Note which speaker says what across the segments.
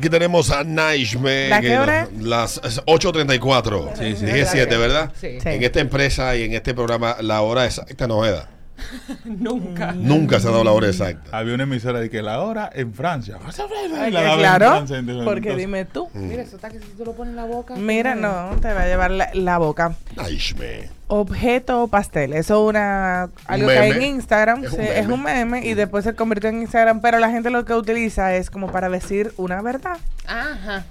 Speaker 1: Aquí tenemos a Naishme,
Speaker 2: ¿La qué hora?
Speaker 1: las 8.34,
Speaker 3: Sí, sí.
Speaker 1: 17, ¿verdad?
Speaker 3: Sí.
Speaker 2: Sí.
Speaker 1: En esta empresa y en este programa la hora exacta no se da.
Speaker 3: Nunca.
Speaker 2: Mm.
Speaker 1: Nunca se ha dado la hora exacta.
Speaker 4: Había una emisora de que la hora en Francia.
Speaker 2: Ay,
Speaker 4: La daban en
Speaker 2: claro,
Speaker 4: Francia, entonces,
Speaker 2: porque
Speaker 4: entonces,
Speaker 2: dime tú.
Speaker 1: Mm.
Speaker 3: Mira, eso está que si tú lo pones en la boca.
Speaker 2: Mira, no, te va a llevar la, la boca.
Speaker 1: Naishme.
Speaker 2: Objeto o pastel. Eso es una, algo
Speaker 1: Un
Speaker 2: que hay en
Speaker 1: meme.
Speaker 2: Instagram.
Speaker 1: Es
Speaker 2: sí,
Speaker 1: un
Speaker 2: Es
Speaker 1: meme.
Speaker 2: un, meme y después se convirtió en Instagram. Pero la gente lo que utiliza es como para decir una verdad.
Speaker 3: Ajá.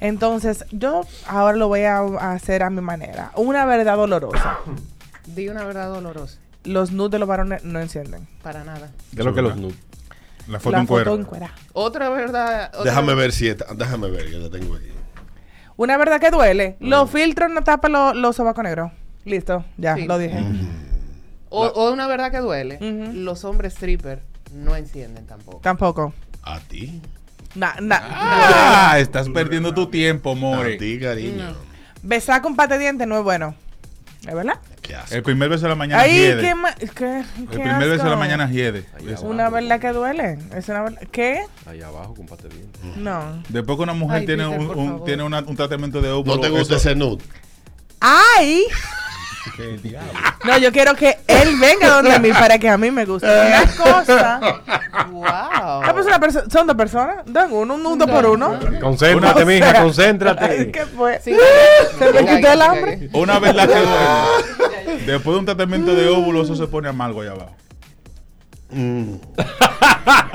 Speaker 2: Entonces, yo ahora lo voy a, a hacer a mi manera. Una verdad dolorosa.
Speaker 3: Di una verdad dolorosa.
Speaker 2: Los nudes de los varones no encienden.
Speaker 3: Para nada.
Speaker 4: ¿Qué es lo que los nudes? La foto
Speaker 2: la
Speaker 4: en
Speaker 2: foto
Speaker 4: cuero.
Speaker 2: en cuera.
Speaker 3: Otra verdad. otra-
Speaker 1: Déjame ver si esta, déjame ver, que la tengo aquí.
Speaker 2: Una verdad que duele.
Speaker 4: Mm.
Speaker 2: Los filtros no tapan los los sobacos negros. Listo, ya,
Speaker 3: Sí.
Speaker 2: lo dije.
Speaker 3: O, o una verdad que duele.
Speaker 2: Ujú.
Speaker 3: Los hombres stripper no encienden tampoco.
Speaker 2: Tampoco.
Speaker 1: A ti.
Speaker 2: Na, na-
Speaker 4: Ah, estás perdiendo tu tiempo,
Speaker 1: A
Speaker 4: More.
Speaker 1: ti, cariño.
Speaker 2: Besar con pata de diente no es bueno. ¿Es verdad?
Speaker 1: Qué asco.
Speaker 4: El primer beso de la mañana
Speaker 2: Ay,
Speaker 4: hiede.
Speaker 2: qué, ma- qué, qué
Speaker 4: El primer beso de la
Speaker 2: asco.
Speaker 4: mañana hiede.
Speaker 2: Es una verdad que duele. Es una verdad. ¿Qué?
Speaker 5: Ahí abajo, compadre bien.
Speaker 2: No.
Speaker 4: Después que una mujer
Speaker 3: Ay,
Speaker 4: tiene,
Speaker 3: Peter, por
Speaker 4: un, un-
Speaker 3: favor.
Speaker 4: tiene una- un tratamiento de óvulo.
Speaker 1: No te gusta
Speaker 4: eso-
Speaker 1: ese nude.
Speaker 2: ¡Ay!
Speaker 4: Qué diablo.
Speaker 2: No, yo quiero que él venga donde mí para que a mí me guste. Una cosa. Ah, pues
Speaker 3: wow.
Speaker 2: una perso- son dos personas. Dan uno, un dos por uno.
Speaker 5: Concéntrate,
Speaker 2: O sea,
Speaker 5: mija,
Speaker 2: Ay,
Speaker 5: concéntrate.
Speaker 2: ¿Qué fue?
Speaker 3: Sí, cagué,
Speaker 2: Se me
Speaker 3: cagué,
Speaker 2: quitó el
Speaker 3: cagué.
Speaker 2: hambre.
Speaker 4: Una verdad que duele. Después de un tratamiento de óvulo, eso se pone amargo allá abajo.
Speaker 1: Mm.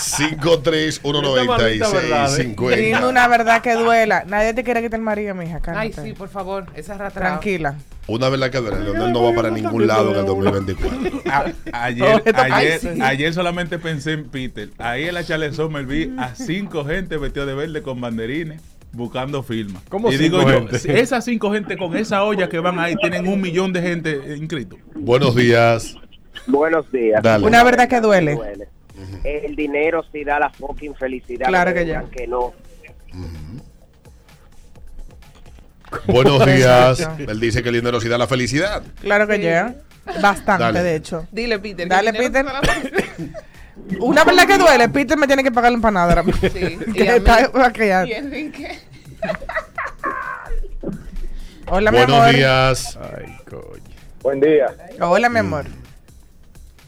Speaker 1: 5, 3, 1,
Speaker 5: Esta maldita
Speaker 1: 96,
Speaker 5: verdad, ¿eh?
Speaker 1: 50.
Speaker 2: Dime una verdad que duela. Nadie te quiere quitar el marido, mija.
Speaker 3: Ay,
Speaker 2: cálmate.
Speaker 3: sí, por favor. Esa rastrada.
Speaker 2: Tranquila.
Speaker 1: Una verdad que duele. Leonel no va para ningún lado en el 2024.
Speaker 4: A- Ah, ayer,
Speaker 2: Objeto- Ay,
Speaker 4: ayer,
Speaker 2: sí.
Speaker 4: ayer solamente pensé en Peter. Ahí en la Charles Sommer vi a cinco gente vestida de verde con banderines buscando firmas.
Speaker 5: ¿Cómo
Speaker 4: y
Speaker 5: cinco
Speaker 4: digo yo,
Speaker 5: gente?
Speaker 4: si esas cinco gente con esa olla que van ahí tienen un millón de gente inscrito.
Speaker 1: Buenos días.
Speaker 6: Buenos días.
Speaker 1: Dale.
Speaker 2: Una verdad que duele.
Speaker 6: El dinero sí da la fucking felicidad.
Speaker 2: Claro
Speaker 6: pero
Speaker 2: que ya.
Speaker 6: digan Que no.
Speaker 1: Buenos días.
Speaker 2: Perfecto.
Speaker 1: Él dice que el dinero sí da la felicidad.
Speaker 2: Claro que llega. Bastante,
Speaker 1: Dale.
Speaker 2: de hecho.
Speaker 3: Dile, Peter.
Speaker 2: Dale,
Speaker 3: que dinero
Speaker 2: Una verdad que duele, Peter me tiene que pagar la empanada ahora mismo.
Speaker 3: Sí, y
Speaker 2: Que
Speaker 3: a mí.
Speaker 2: está vaqueado.
Speaker 3: ¿Y Enrique?
Speaker 2: Hola, mi
Speaker 1: Buenos
Speaker 2: amor.
Speaker 1: días.
Speaker 5: Ay, coño.
Speaker 7: Buen día.
Speaker 2: Hola, mi amor.
Speaker 7: Mm.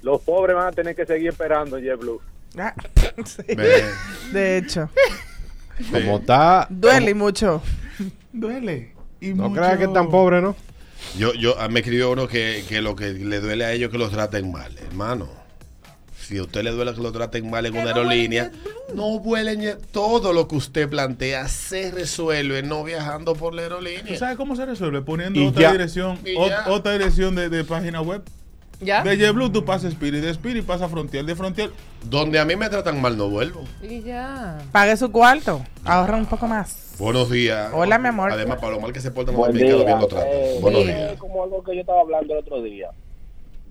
Speaker 7: Los pobres van a tener que seguir esperando JetBlue.
Speaker 2: Ah, sí,
Speaker 1: Ve.
Speaker 2: De hecho,
Speaker 5: Como está.
Speaker 2: duele y mucho.
Speaker 4: Duele. Y
Speaker 5: No
Speaker 4: mucho-
Speaker 5: creas que es tan pobre, ¿no?
Speaker 1: Yo, yo, ah, me escribió uno que, que lo que le duele a ellos es que los traten mal, hermano. Si a usted le duele que lo traten mal en una aerolínea, no vuelen jet- todo lo que usted plantea se resuelve no viajando por la
Speaker 4: ¿Tú
Speaker 1: aerolínea.
Speaker 4: sabes cómo se resuelve? Poniendo
Speaker 5: Y
Speaker 4: otra
Speaker 5: ya.
Speaker 4: dirección,
Speaker 1: Y
Speaker 4: ot-
Speaker 1: ya.
Speaker 4: otra dirección de, de página web.
Speaker 3: ¿Ya?
Speaker 4: De JetBlue tú pasas Spirit, de Spirit pasa Frontier, de Frontier.
Speaker 1: Donde a mí me tratan mal no vuelvo.
Speaker 3: Y ya.
Speaker 2: Pague su cuarto, ahorra un poco más.
Speaker 1: Buenos días.
Speaker 2: Hola, mi amor.
Speaker 1: Además, para lo mal que se portan los
Speaker 7: Buen
Speaker 1: dominicanos
Speaker 7: día.
Speaker 1: bien lo tratan.
Speaker 7: Eh,
Speaker 1: Buenos
Speaker 3: sí.
Speaker 1: días.
Speaker 6: como algo que yo estaba hablando el otro día.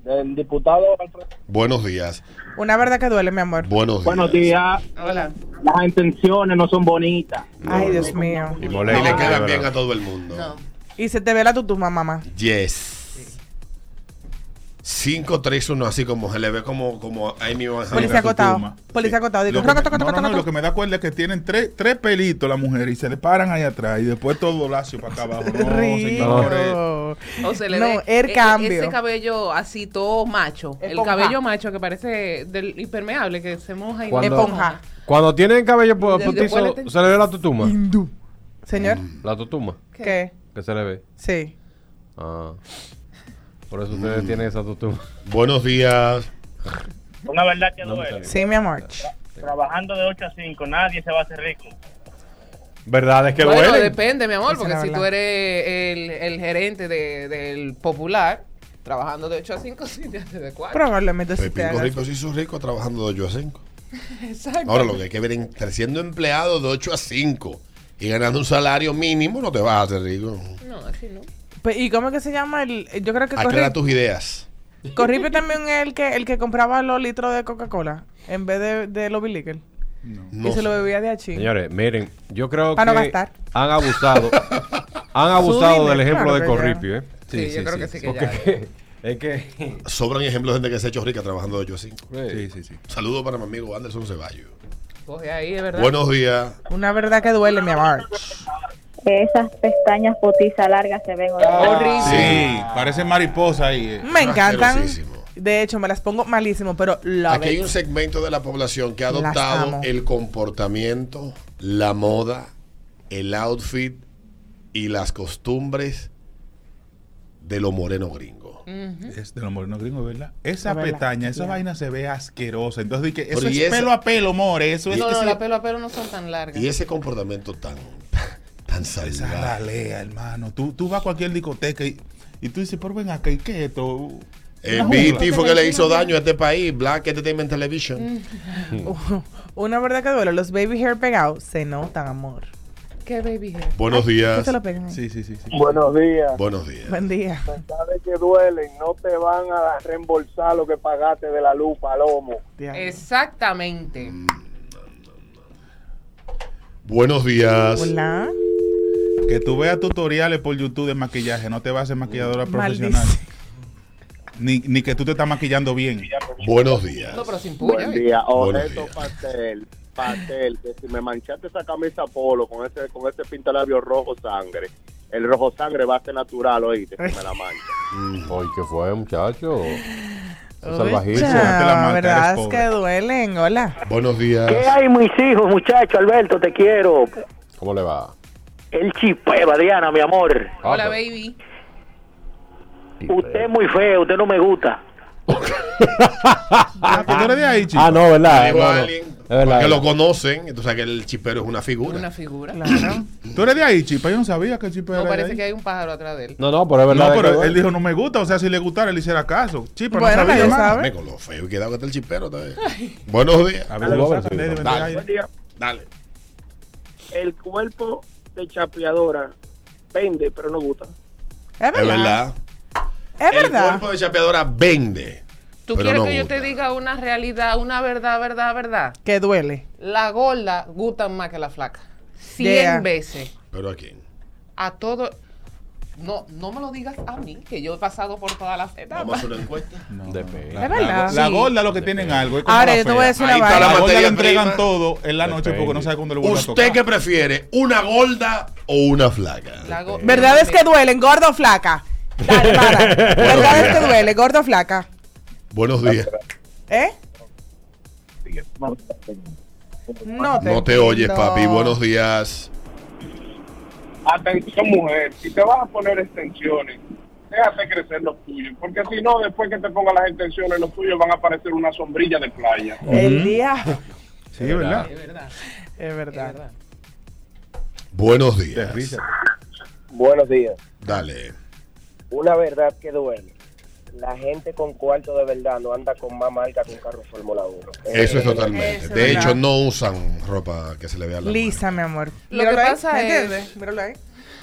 Speaker 6: Del diputado Alfredo.
Speaker 1: Buenos días.
Speaker 2: Una verdad que duele, mi amor.
Speaker 1: Buenos días.
Speaker 7: Buenos días.
Speaker 3: Hola.
Speaker 6: Las intenciones no son bonitas.
Speaker 2: Ay, Dios mío.
Speaker 5: Y
Speaker 1: Y le
Speaker 5: molesta,
Speaker 1: quedan
Speaker 5: ¿verdad?
Speaker 1: bien a todo el mundo.
Speaker 3: No.
Speaker 2: Y se te ve la tutuma, mamá.
Speaker 1: Yes. 531, así como se le ve como, como ahí mismo.
Speaker 2: Policía
Speaker 4: tu
Speaker 2: acotado.
Speaker 4: pluma.
Speaker 2: Policía acotado. Ah, Digo,
Speaker 4: Lo que me-
Speaker 2: roco, toco,
Speaker 4: no,
Speaker 2: toco,
Speaker 4: no, no,
Speaker 2: toco,
Speaker 4: lo que me da cuenta es que tienen tres, tres pelitos la mujer y se le paran ahí atrás y después todo lacio para acá abajo. No, señores.
Speaker 2: Rico.
Speaker 3: O se le
Speaker 2: No,
Speaker 3: ve
Speaker 2: el
Speaker 3: e-
Speaker 2: cambio.
Speaker 3: ese cabello así todo macho.
Speaker 2: Es
Speaker 3: el
Speaker 2: ponja.
Speaker 3: cabello macho que parece del impermeable que se moja y
Speaker 5: Cuando-
Speaker 3: no se
Speaker 2: Esponja.
Speaker 3: moja.
Speaker 5: Cuando tienen cabello pu-
Speaker 3: Desde
Speaker 5: potizo,
Speaker 3: cuál es-
Speaker 5: se le ve la tutuma.
Speaker 2: Señor,
Speaker 5: La tutuma.
Speaker 2: ¿qué?
Speaker 5: Que se le ve.
Speaker 2: Sí.
Speaker 5: Ah. Por eso ustedes tienen esa tutuma.
Speaker 1: Buenos días.
Speaker 8: Una verdad que
Speaker 5: No me
Speaker 8: duele.
Speaker 2: Sí, mi amor.
Speaker 8: Trabajando de 8 a 5, nadie se va a hacer rico.
Speaker 5: ¿Verdad? Es que
Speaker 3: Bueno,
Speaker 5: duele.
Speaker 3: depende, mi
Speaker 2: Esa
Speaker 3: amor,
Speaker 2: es
Speaker 3: porque
Speaker 2: la
Speaker 3: si
Speaker 2: verdad.
Speaker 3: tú eres el, el gerente de- del popular, trabajando de 8 a 5, sí te hace de 4.
Speaker 2: Probablemente se te
Speaker 1: Pepín
Speaker 2: haga.
Speaker 1: Rico se hizo rico trabajando de 8 a 5.
Speaker 3: Exacto.
Speaker 1: Ahora lo que hay que ver en siendo empleado de 8 a 5 y ganando un salario mínimo, no te vas a hacer rico.
Speaker 3: No, así no.
Speaker 2: Pues, ¿Y cómo es que se llama? el? eh, Yo creo que corrí-
Speaker 1: Aclara tus ideas.
Speaker 2: Corripe también el que el que compraba los litros de Coca-Cola en vez de, de los Billicle.
Speaker 1: No
Speaker 2: y se lo
Speaker 1: sé.
Speaker 2: bebía de achín.
Speaker 5: Señores, miren, yo creo
Speaker 2: Para no
Speaker 5: que
Speaker 2: gastar.
Speaker 5: han abusado. han
Speaker 2: Su
Speaker 5: abusado
Speaker 2: dinero,
Speaker 5: del ejemplo
Speaker 2: claro
Speaker 5: de
Speaker 2: que ya.
Speaker 5: Corripio, ¿eh?
Speaker 3: Sí, yo creo que sí que ya.
Speaker 5: Porque es que.
Speaker 1: Sobran ejemplos de gente que se ha hecho rica trabajando de 8 a 5.
Speaker 4: Sí, sí, sí.
Speaker 1: Saludos para mi amigo Anderson Ceballos.
Speaker 3: Coge ahí, es verdad.
Speaker 1: Buenos días.
Speaker 2: Una verdad que duele, mi amor.
Speaker 9: Que esas pestañas potiza largas se ven horribles.
Speaker 3: Ah, Horrible.
Speaker 4: Sí, parece mariposa ahí. eh.
Speaker 2: Me encantan.
Speaker 1: Asquerosísimo.
Speaker 2: De hecho, me las pongo malísimo, pero la
Speaker 1: Aquí hay un segmento de la población que ha
Speaker 2: Las
Speaker 1: adoptado
Speaker 2: amo.
Speaker 1: el comportamiento, la moda, el outfit y las costumbres de los morenos gringos.
Speaker 4: Es de los morenos gringos, ¿verdad? Esa
Speaker 2: Es verdad.
Speaker 4: petaña, esa
Speaker 2: Ya.
Speaker 4: vaina se ve asquerosa. Entonces, di que
Speaker 1: Pero
Speaker 4: eso es
Speaker 1: y esa-
Speaker 4: pelo a pelo, more. Eso es
Speaker 3: No, no,
Speaker 4: esa-
Speaker 3: las pelo a pelo no son tan largas.
Speaker 1: Y ese comportamiento tan, tan
Speaker 4: esa
Speaker 1: salvaje.
Speaker 4: ralea, hermano. Tú, tú vas a cualquier discoteca y, y tú dices, pero ven acá, ¿y qué es esto?
Speaker 1: El
Speaker 4: Una jungla.
Speaker 1: BT Eh, fue que le hizo daño a este país, Black Entertainment Television.
Speaker 2: Una verdad que duele. Los baby hair pegados se notan, amor.
Speaker 3: ¿Qué baby hair?
Speaker 1: Buenos
Speaker 2: ¿Qué
Speaker 1: días.
Speaker 2: se lo pegan?
Speaker 4: Sí, sí, sí. sí.
Speaker 7: Buenos días.
Speaker 1: Buenos días.
Speaker 2: Buen día.
Speaker 7: Sabes que duelen, no te van a reembolsar lo que pagaste de la luz, Palomo.
Speaker 2: Diablo.
Speaker 3: Exactamente.
Speaker 1: Buenos días.
Speaker 2: Hola.
Speaker 4: Que tú veas tutoriales por YouTube de maquillaje, no te vas a ser maquilladora profesional.
Speaker 2: Maldice.
Speaker 4: Ni, ni que tú te estás maquillando bien.
Speaker 1: Buenos días.
Speaker 3: No, pero sin ¿eh? puya.
Speaker 7: Buen día,
Speaker 1: Buenos
Speaker 7: objeto
Speaker 1: días.
Speaker 7: pastel. Pastel, que si me manchaste esa camisa polo con ese, con ese pintalabio rojo sangre, el rojo sangre va a ser natural, oíste, si me la mancha.
Speaker 5: Ay, ¿qué fue, muchacho?
Speaker 2: Uy,
Speaker 5: Un salvajismo.
Speaker 4: Sácate la
Speaker 2: chao,
Speaker 4: marca,
Speaker 2: verdad
Speaker 4: eres
Speaker 2: es
Speaker 4: pobre.
Speaker 2: que duelen. Hola.
Speaker 1: Buenos días.
Speaker 6: ¿Qué hay, mis hijos, muchachos? Alberto, te quiero.
Speaker 5: ¿Cómo le va?
Speaker 6: El chipeba, Diana, mi amor.
Speaker 3: Hola,
Speaker 5: Ah,
Speaker 3: baby.
Speaker 5: pero-
Speaker 6: Usted es muy feo, usted no me gusta.
Speaker 4: Ah, ¿Tú eres de ahí, chico?
Speaker 5: Ah, no, ¿verdad?
Speaker 1: Dijo
Speaker 5: No, no.
Speaker 1: alguien,
Speaker 5: Es verdad.
Speaker 1: Porque lo conocen. Entonces, que el chipero es una figura.
Speaker 3: Una figura.
Speaker 2: Claro.
Speaker 4: ¿Tú eres de ahí, chipa? Yo no sabía que el chipa
Speaker 3: No
Speaker 4: era de
Speaker 3: parece
Speaker 4: ahí.
Speaker 3: que hay un pájaro atrás de él.
Speaker 5: No, no, pero es verdad.
Speaker 4: No,
Speaker 5: Pues que-
Speaker 4: pero él dijo no me gusta, o sea, si le gustara, le hiciera caso. Chipa,
Speaker 2: Bueno,
Speaker 4: no sabía,
Speaker 2: nadie
Speaker 4: hermano.
Speaker 2: sabe.
Speaker 1: Dame con lo feo y quedado que está el chipero todavía. Buenos días.
Speaker 4: A ver, lo
Speaker 5: Dale,
Speaker 4: sacan de ahí, de
Speaker 1: dale.
Speaker 4: ventana.
Speaker 1: Dale.
Speaker 7: El cuerpo de chapeadora vende, pero no gusta.
Speaker 2: Es
Speaker 1: Es
Speaker 2: verdad.
Speaker 1: verdad.
Speaker 2: Es
Speaker 1: El
Speaker 2: verdad.
Speaker 1: cuerpo de chapeadora vende.
Speaker 3: ¿Tú
Speaker 1: pero
Speaker 3: quieres
Speaker 1: no
Speaker 3: que yo
Speaker 1: gusta.
Speaker 3: te diga una realidad, una verdad, verdad, verdad?
Speaker 2: Que duele.
Speaker 3: La gorda gustan más que la flaca. Cien
Speaker 2: Yeah.
Speaker 3: veces.
Speaker 1: Pero a quién?
Speaker 3: A todo. No, no me lo digas a mí, que yo he pasado por todas las
Speaker 1: Vamos a
Speaker 3: etapas.
Speaker 1: hacer una encuesta.
Speaker 4: No,
Speaker 5: Depende.
Speaker 4: la-
Speaker 2: Es verdad.
Speaker 4: La, la
Speaker 2: Sí.
Speaker 4: gorda lo que tienen algo. Es como
Speaker 2: Ahora,
Speaker 4: la
Speaker 2: yo te voy a
Speaker 4: fea.
Speaker 2: decir
Speaker 1: Ahí
Speaker 2: una
Speaker 1: está
Speaker 4: La
Speaker 2: vaina.
Speaker 4: gorda le
Speaker 1: materia
Speaker 4: entregan
Speaker 1: prima.
Speaker 4: todo en la noche porque
Speaker 5: Depende.
Speaker 4: no sabe cuándo le vuelven a
Speaker 1: ¿Usted
Speaker 4: tocar.
Speaker 1: qué prefiere? ¿Una gorda o una flaca?
Speaker 3: La go-
Speaker 2: Verdad
Speaker 3: Eh,
Speaker 2: es que duelen, gordo o flaca. Dale, para. Verdad es que duele, gordo o flaca.
Speaker 1: Buenos días.
Speaker 2: ¿Eh? No te,
Speaker 1: No te oyes,
Speaker 2: entiendo.
Speaker 1: papi. Buenos días.
Speaker 7: Atención, mujer, si te vas a poner extensiones, déjate crecer los tuyos, porque si no, después que te pongan las extensiones, los tuyos van a parecer una sombrilla de playa.
Speaker 2: El día.
Speaker 4: Sí, ¿verdad?
Speaker 3: Es verdad, es
Speaker 2: Es verdad.
Speaker 3: verdad.
Speaker 1: Buenos
Speaker 4: Te
Speaker 1: días.
Speaker 4: risa.
Speaker 6: Buenos días.
Speaker 1: Dale.
Speaker 6: Una verdad que duele. La gente con cuarto de verdad no anda con más marca que un carro Fórmula 1.
Speaker 1: Eso es
Speaker 6: Eh,
Speaker 1: totalmente.
Speaker 2: Eso es
Speaker 1: De
Speaker 2: verdad.
Speaker 1: hecho, no usan ropa que se le vea la
Speaker 2: Lisa, mi amor.
Speaker 3: Lo que pasa
Speaker 2: ¿me
Speaker 3: es-
Speaker 2: entiendes? Míralo ahí.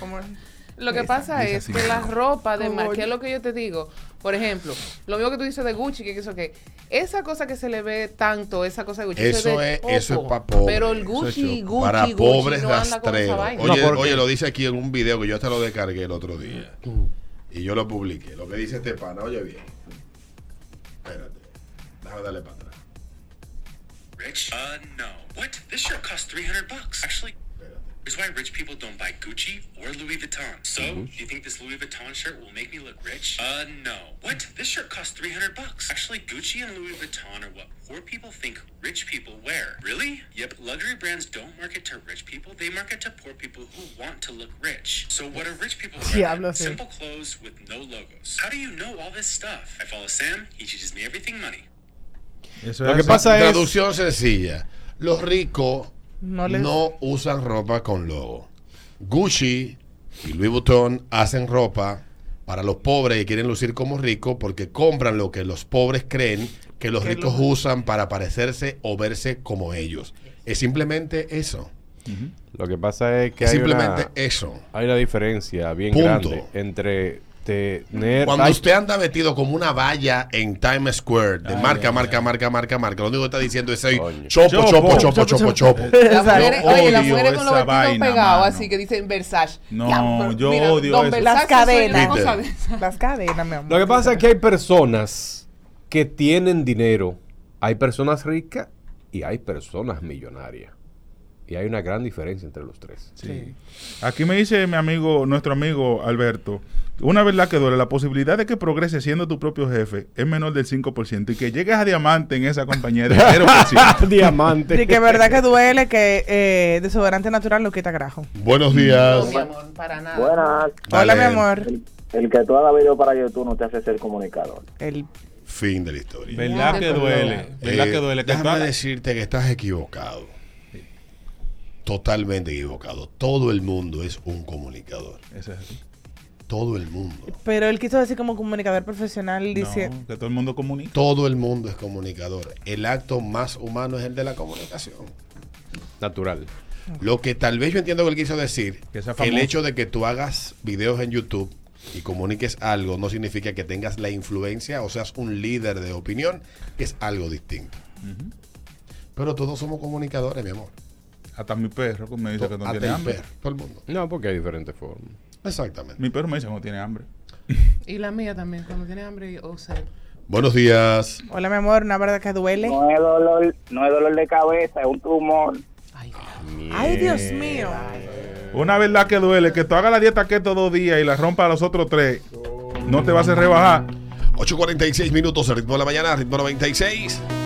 Speaker 2: Como-
Speaker 3: Lo que pasa es que la ropa de marca, que es lo que yo te digo, por ejemplo, lo mismo que tú dices de Gucci, que eso que esa cosa que se le ve tanto, esa cosa de Gucci,
Speaker 1: Eso
Speaker 3: de
Speaker 1: es- eso es pa'
Speaker 3: poco.
Speaker 1: pobres,
Speaker 3: Pero el
Speaker 1: eso
Speaker 3: Gucci,
Speaker 1: mano.
Speaker 3: Gucci,
Speaker 1: Para
Speaker 3: Gucci
Speaker 1: pobres
Speaker 3: no anda con esa
Speaker 1: rastreros.
Speaker 3: vaina.
Speaker 1: Oye,
Speaker 5: No, porque-
Speaker 1: oye, lo dice aquí en un video que yo hasta lo descargué el otro día. Y yo lo publiqué. Lo que dice este pana, oye bien. Espérate. Déjame darle para atrás.
Speaker 10: Rich? Uh, no. What? This shirt costs 300 bucks. Actually, here's why rich people don't buy Gucci or Louis Vuitton. So, do you think this Louis Vuitton shirt will make me look rich? Uh, no. What? This shirt costs 300 bucks. Actually, Gucci and Louis Vuitton are what poor people think rich people wear. Really? Yep, luxury brands don't market to rich people, they market to poor people who want to look rich. So, what are rich people wearing?
Speaker 2: Diablo, sí.
Speaker 10: Simple clothes with no logos. How do you know all this stuff? I follow Sam, he teaches me everything money.
Speaker 4: Eso
Speaker 5: Lo
Speaker 4: es
Speaker 5: que
Speaker 4: así.
Speaker 5: pasa es.
Speaker 1: Traducción sencilla. Los ricos no,
Speaker 2: No les-
Speaker 1: usan ropa con logo. Gucci y Louis Vuitton hacen ropa para los pobres y quieren lucir como ricos porque compran lo que los pobres creen que los ricos usan para parecerse o verse como ellos. Es simplemente eso.
Speaker 5: Lo que pasa es que
Speaker 1: Es
Speaker 5: hay
Speaker 1: simplemente
Speaker 5: una,
Speaker 1: eso.
Speaker 5: hay una diferencia bien
Speaker 1: Punto.
Speaker 5: grande entre tener.
Speaker 1: Cuando
Speaker 5: Ay,
Speaker 1: usted anda vestido como una valla en Times Square, de marca, marca, marca, marca, marca, lo único que está diciendo es soy
Speaker 5: Coño.
Speaker 1: chopo, chopo,
Speaker 4: Chopo,
Speaker 1: chopo, chopo, chopo.
Speaker 3: Las
Speaker 1: Yo
Speaker 3: mujeres- oye, las
Speaker 4: odio
Speaker 3: mujeres con los
Speaker 4: esa
Speaker 3: vestidos
Speaker 4: vaina,
Speaker 3: pegados,
Speaker 4: mano.
Speaker 3: así que dicen Versace.
Speaker 4: No,
Speaker 3: pero
Speaker 4: yo odio
Speaker 3: don
Speaker 4: eso.
Speaker 3: Versace
Speaker 2: Las
Speaker 3: soy una
Speaker 2: cadenas.
Speaker 3: cosa
Speaker 1: Viste.
Speaker 3: de-
Speaker 2: Las cadenas, mi amor.
Speaker 5: Lo que pasa es que hay personas que tienen dinero. Hay personas ricas y hay personas millonarias. Y hay una gran diferencia entre los tres.
Speaker 4: Sí. Aquí me dice mi amigo, nuestro amigo Alberto, una verdad que duele, la posibilidad de que progrese siendo tu propio jefe es menor del 5% y que llegues a diamante en esa compañía de 0%.
Speaker 5: Diamante.
Speaker 2: Y que verdad que duele que eh, desodorante natural lo quita grajo.
Speaker 1: Buenos días.
Speaker 3: No, mi amor, para nada.
Speaker 6: Buenas.
Speaker 2: Hola,
Speaker 1: Dale.
Speaker 2: mi amor.
Speaker 6: El que tú hagas video para YouTube no te hace ser comunicador.
Speaker 2: El
Speaker 1: Fin de la historia.
Speaker 4: ¿Verdad que duele? ¿Verdad
Speaker 1: Eh,
Speaker 4: que duele? Que
Speaker 1: déjame
Speaker 4: tú hagas-
Speaker 1: decirte que estás equivocado. Totalmente equivocado. Todo el mundo es un comunicador.
Speaker 4: Eso es así.
Speaker 1: Todo el mundo.
Speaker 2: Pero él quiso decir como comunicador profesional, dice,
Speaker 4: No, que todo el mundo comunica.
Speaker 1: Todo el mundo es comunicador. El acto más humano es el de la comunicación.
Speaker 5: Natural.
Speaker 1: Lo que tal vez yo entiendo que él quiso decir,
Speaker 4: Que sea
Speaker 1: que el
Speaker 4: famoso.
Speaker 1: hecho de que tú hagas videos en YouTube y comuniques algo no significa que tengas la influencia o seas un líder de opinión, es algo distinto. Pero todos somos comunicadores, mi amor.
Speaker 4: Hasta mi perro me dice que no
Speaker 1: Hasta
Speaker 4: tiene
Speaker 1: el
Speaker 4: hambre.
Speaker 1: perro, todo el mundo.
Speaker 5: No, porque hay diferentes formas.
Speaker 1: Exactamente.
Speaker 4: Mi perro me dice que no tiene hambre.
Speaker 3: Y la mía también, cuando tiene hambre o sed.
Speaker 1: Buenos días.
Speaker 2: hola, mi amor, una verdad que duele.
Speaker 6: No es dolor, no es dolor de cabeza, es un tumor.
Speaker 2: Ay, Dios mío.
Speaker 4: Una verdad que duele, que tú hagas la dieta keto dos días y la rompa a los otros tres, no te vas a hacer rebajar.
Speaker 1: 8.46 minutos, el ritmo de la mañana, ritmo 96.